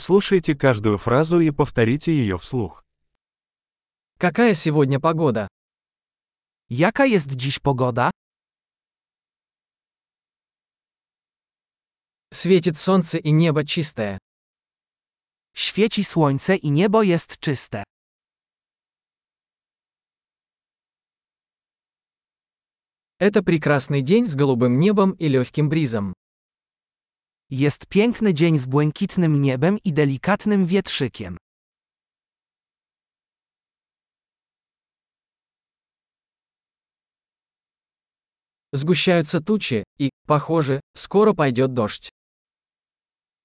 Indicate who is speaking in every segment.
Speaker 1: Прослушайте каждую фразу и повторите ее вслух.
Speaker 2: Какая сегодня погода?
Speaker 3: Jaka jest dziś pogoda?
Speaker 2: Светит солнце и небо чистое.
Speaker 3: Świeci słońce i niebo jest czyste.
Speaker 2: Это прекрасный день с голубым небом и легким бризом.
Speaker 3: Jest piękny dzień z błękitnym niebem i delikatnym wietrzykiem.
Speaker 2: Сгущаются тучи, и, похоже, скоро пойдет дождь.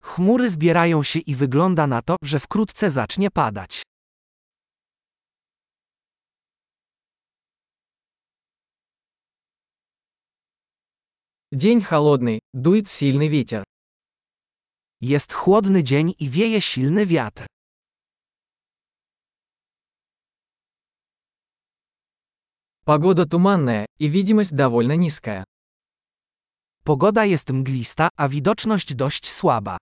Speaker 3: Chmury zbierają się i wygląda na to, że wkrótce zacznie padać.
Speaker 2: День холодный, дует сильный ветер.
Speaker 3: Jest chłodny dzień i wieje silny wiatr.
Speaker 2: Погода туманная, и видимость довольно низкая.
Speaker 3: Pogoda jest mglista, a widoczność dość słaba.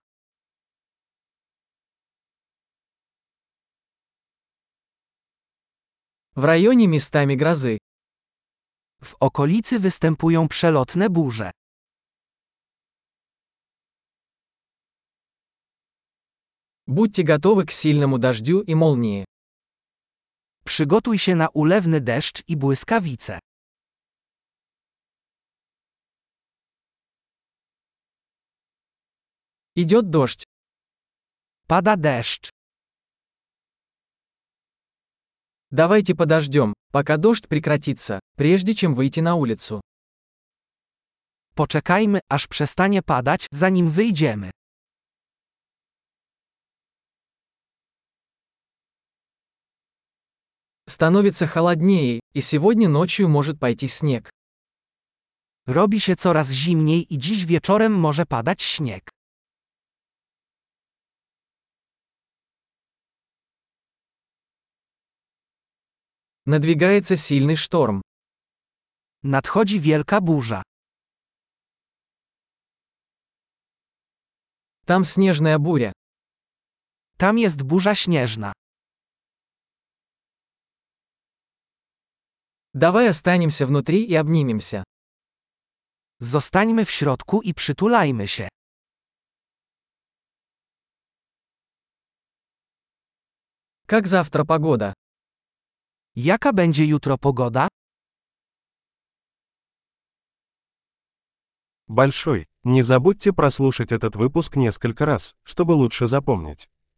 Speaker 2: В районе местами грозы.
Speaker 3: W okolicy występują przelotne burze.
Speaker 2: Будьте готовы к сильному дождю и молнии.
Speaker 3: Przygotuj się na ulewny deszcz i błyskawice.
Speaker 2: Идет дождь.
Speaker 3: Pada deszcz.
Speaker 2: Давайте подождем, пока дождь прекратится, прежде чем выйти на улицу.
Speaker 3: Poczekajmy, aż przestanie padać, zanim wyjdziemy.
Speaker 2: Становится холоднее, и сегодня ночью может пойти снег.
Speaker 3: Robi się coraz zimniej i dziś wieczorem może padać śnieg.
Speaker 2: Надвигается сильный шторм.
Speaker 3: Nadchodzi wielka burza.
Speaker 2: Там снежная буря.
Speaker 3: Tam jest burza śnieżna.
Speaker 2: Давай останемся внутри и обнимемся.
Speaker 3: Zostańmy w środku i przytulajmy się.
Speaker 2: Как завтра погода?
Speaker 3: Jaka będzie jutro pogoda?
Speaker 1: Большой. Не забудьте прослушать этот выпуск несколько раз, чтобы лучше запомнить.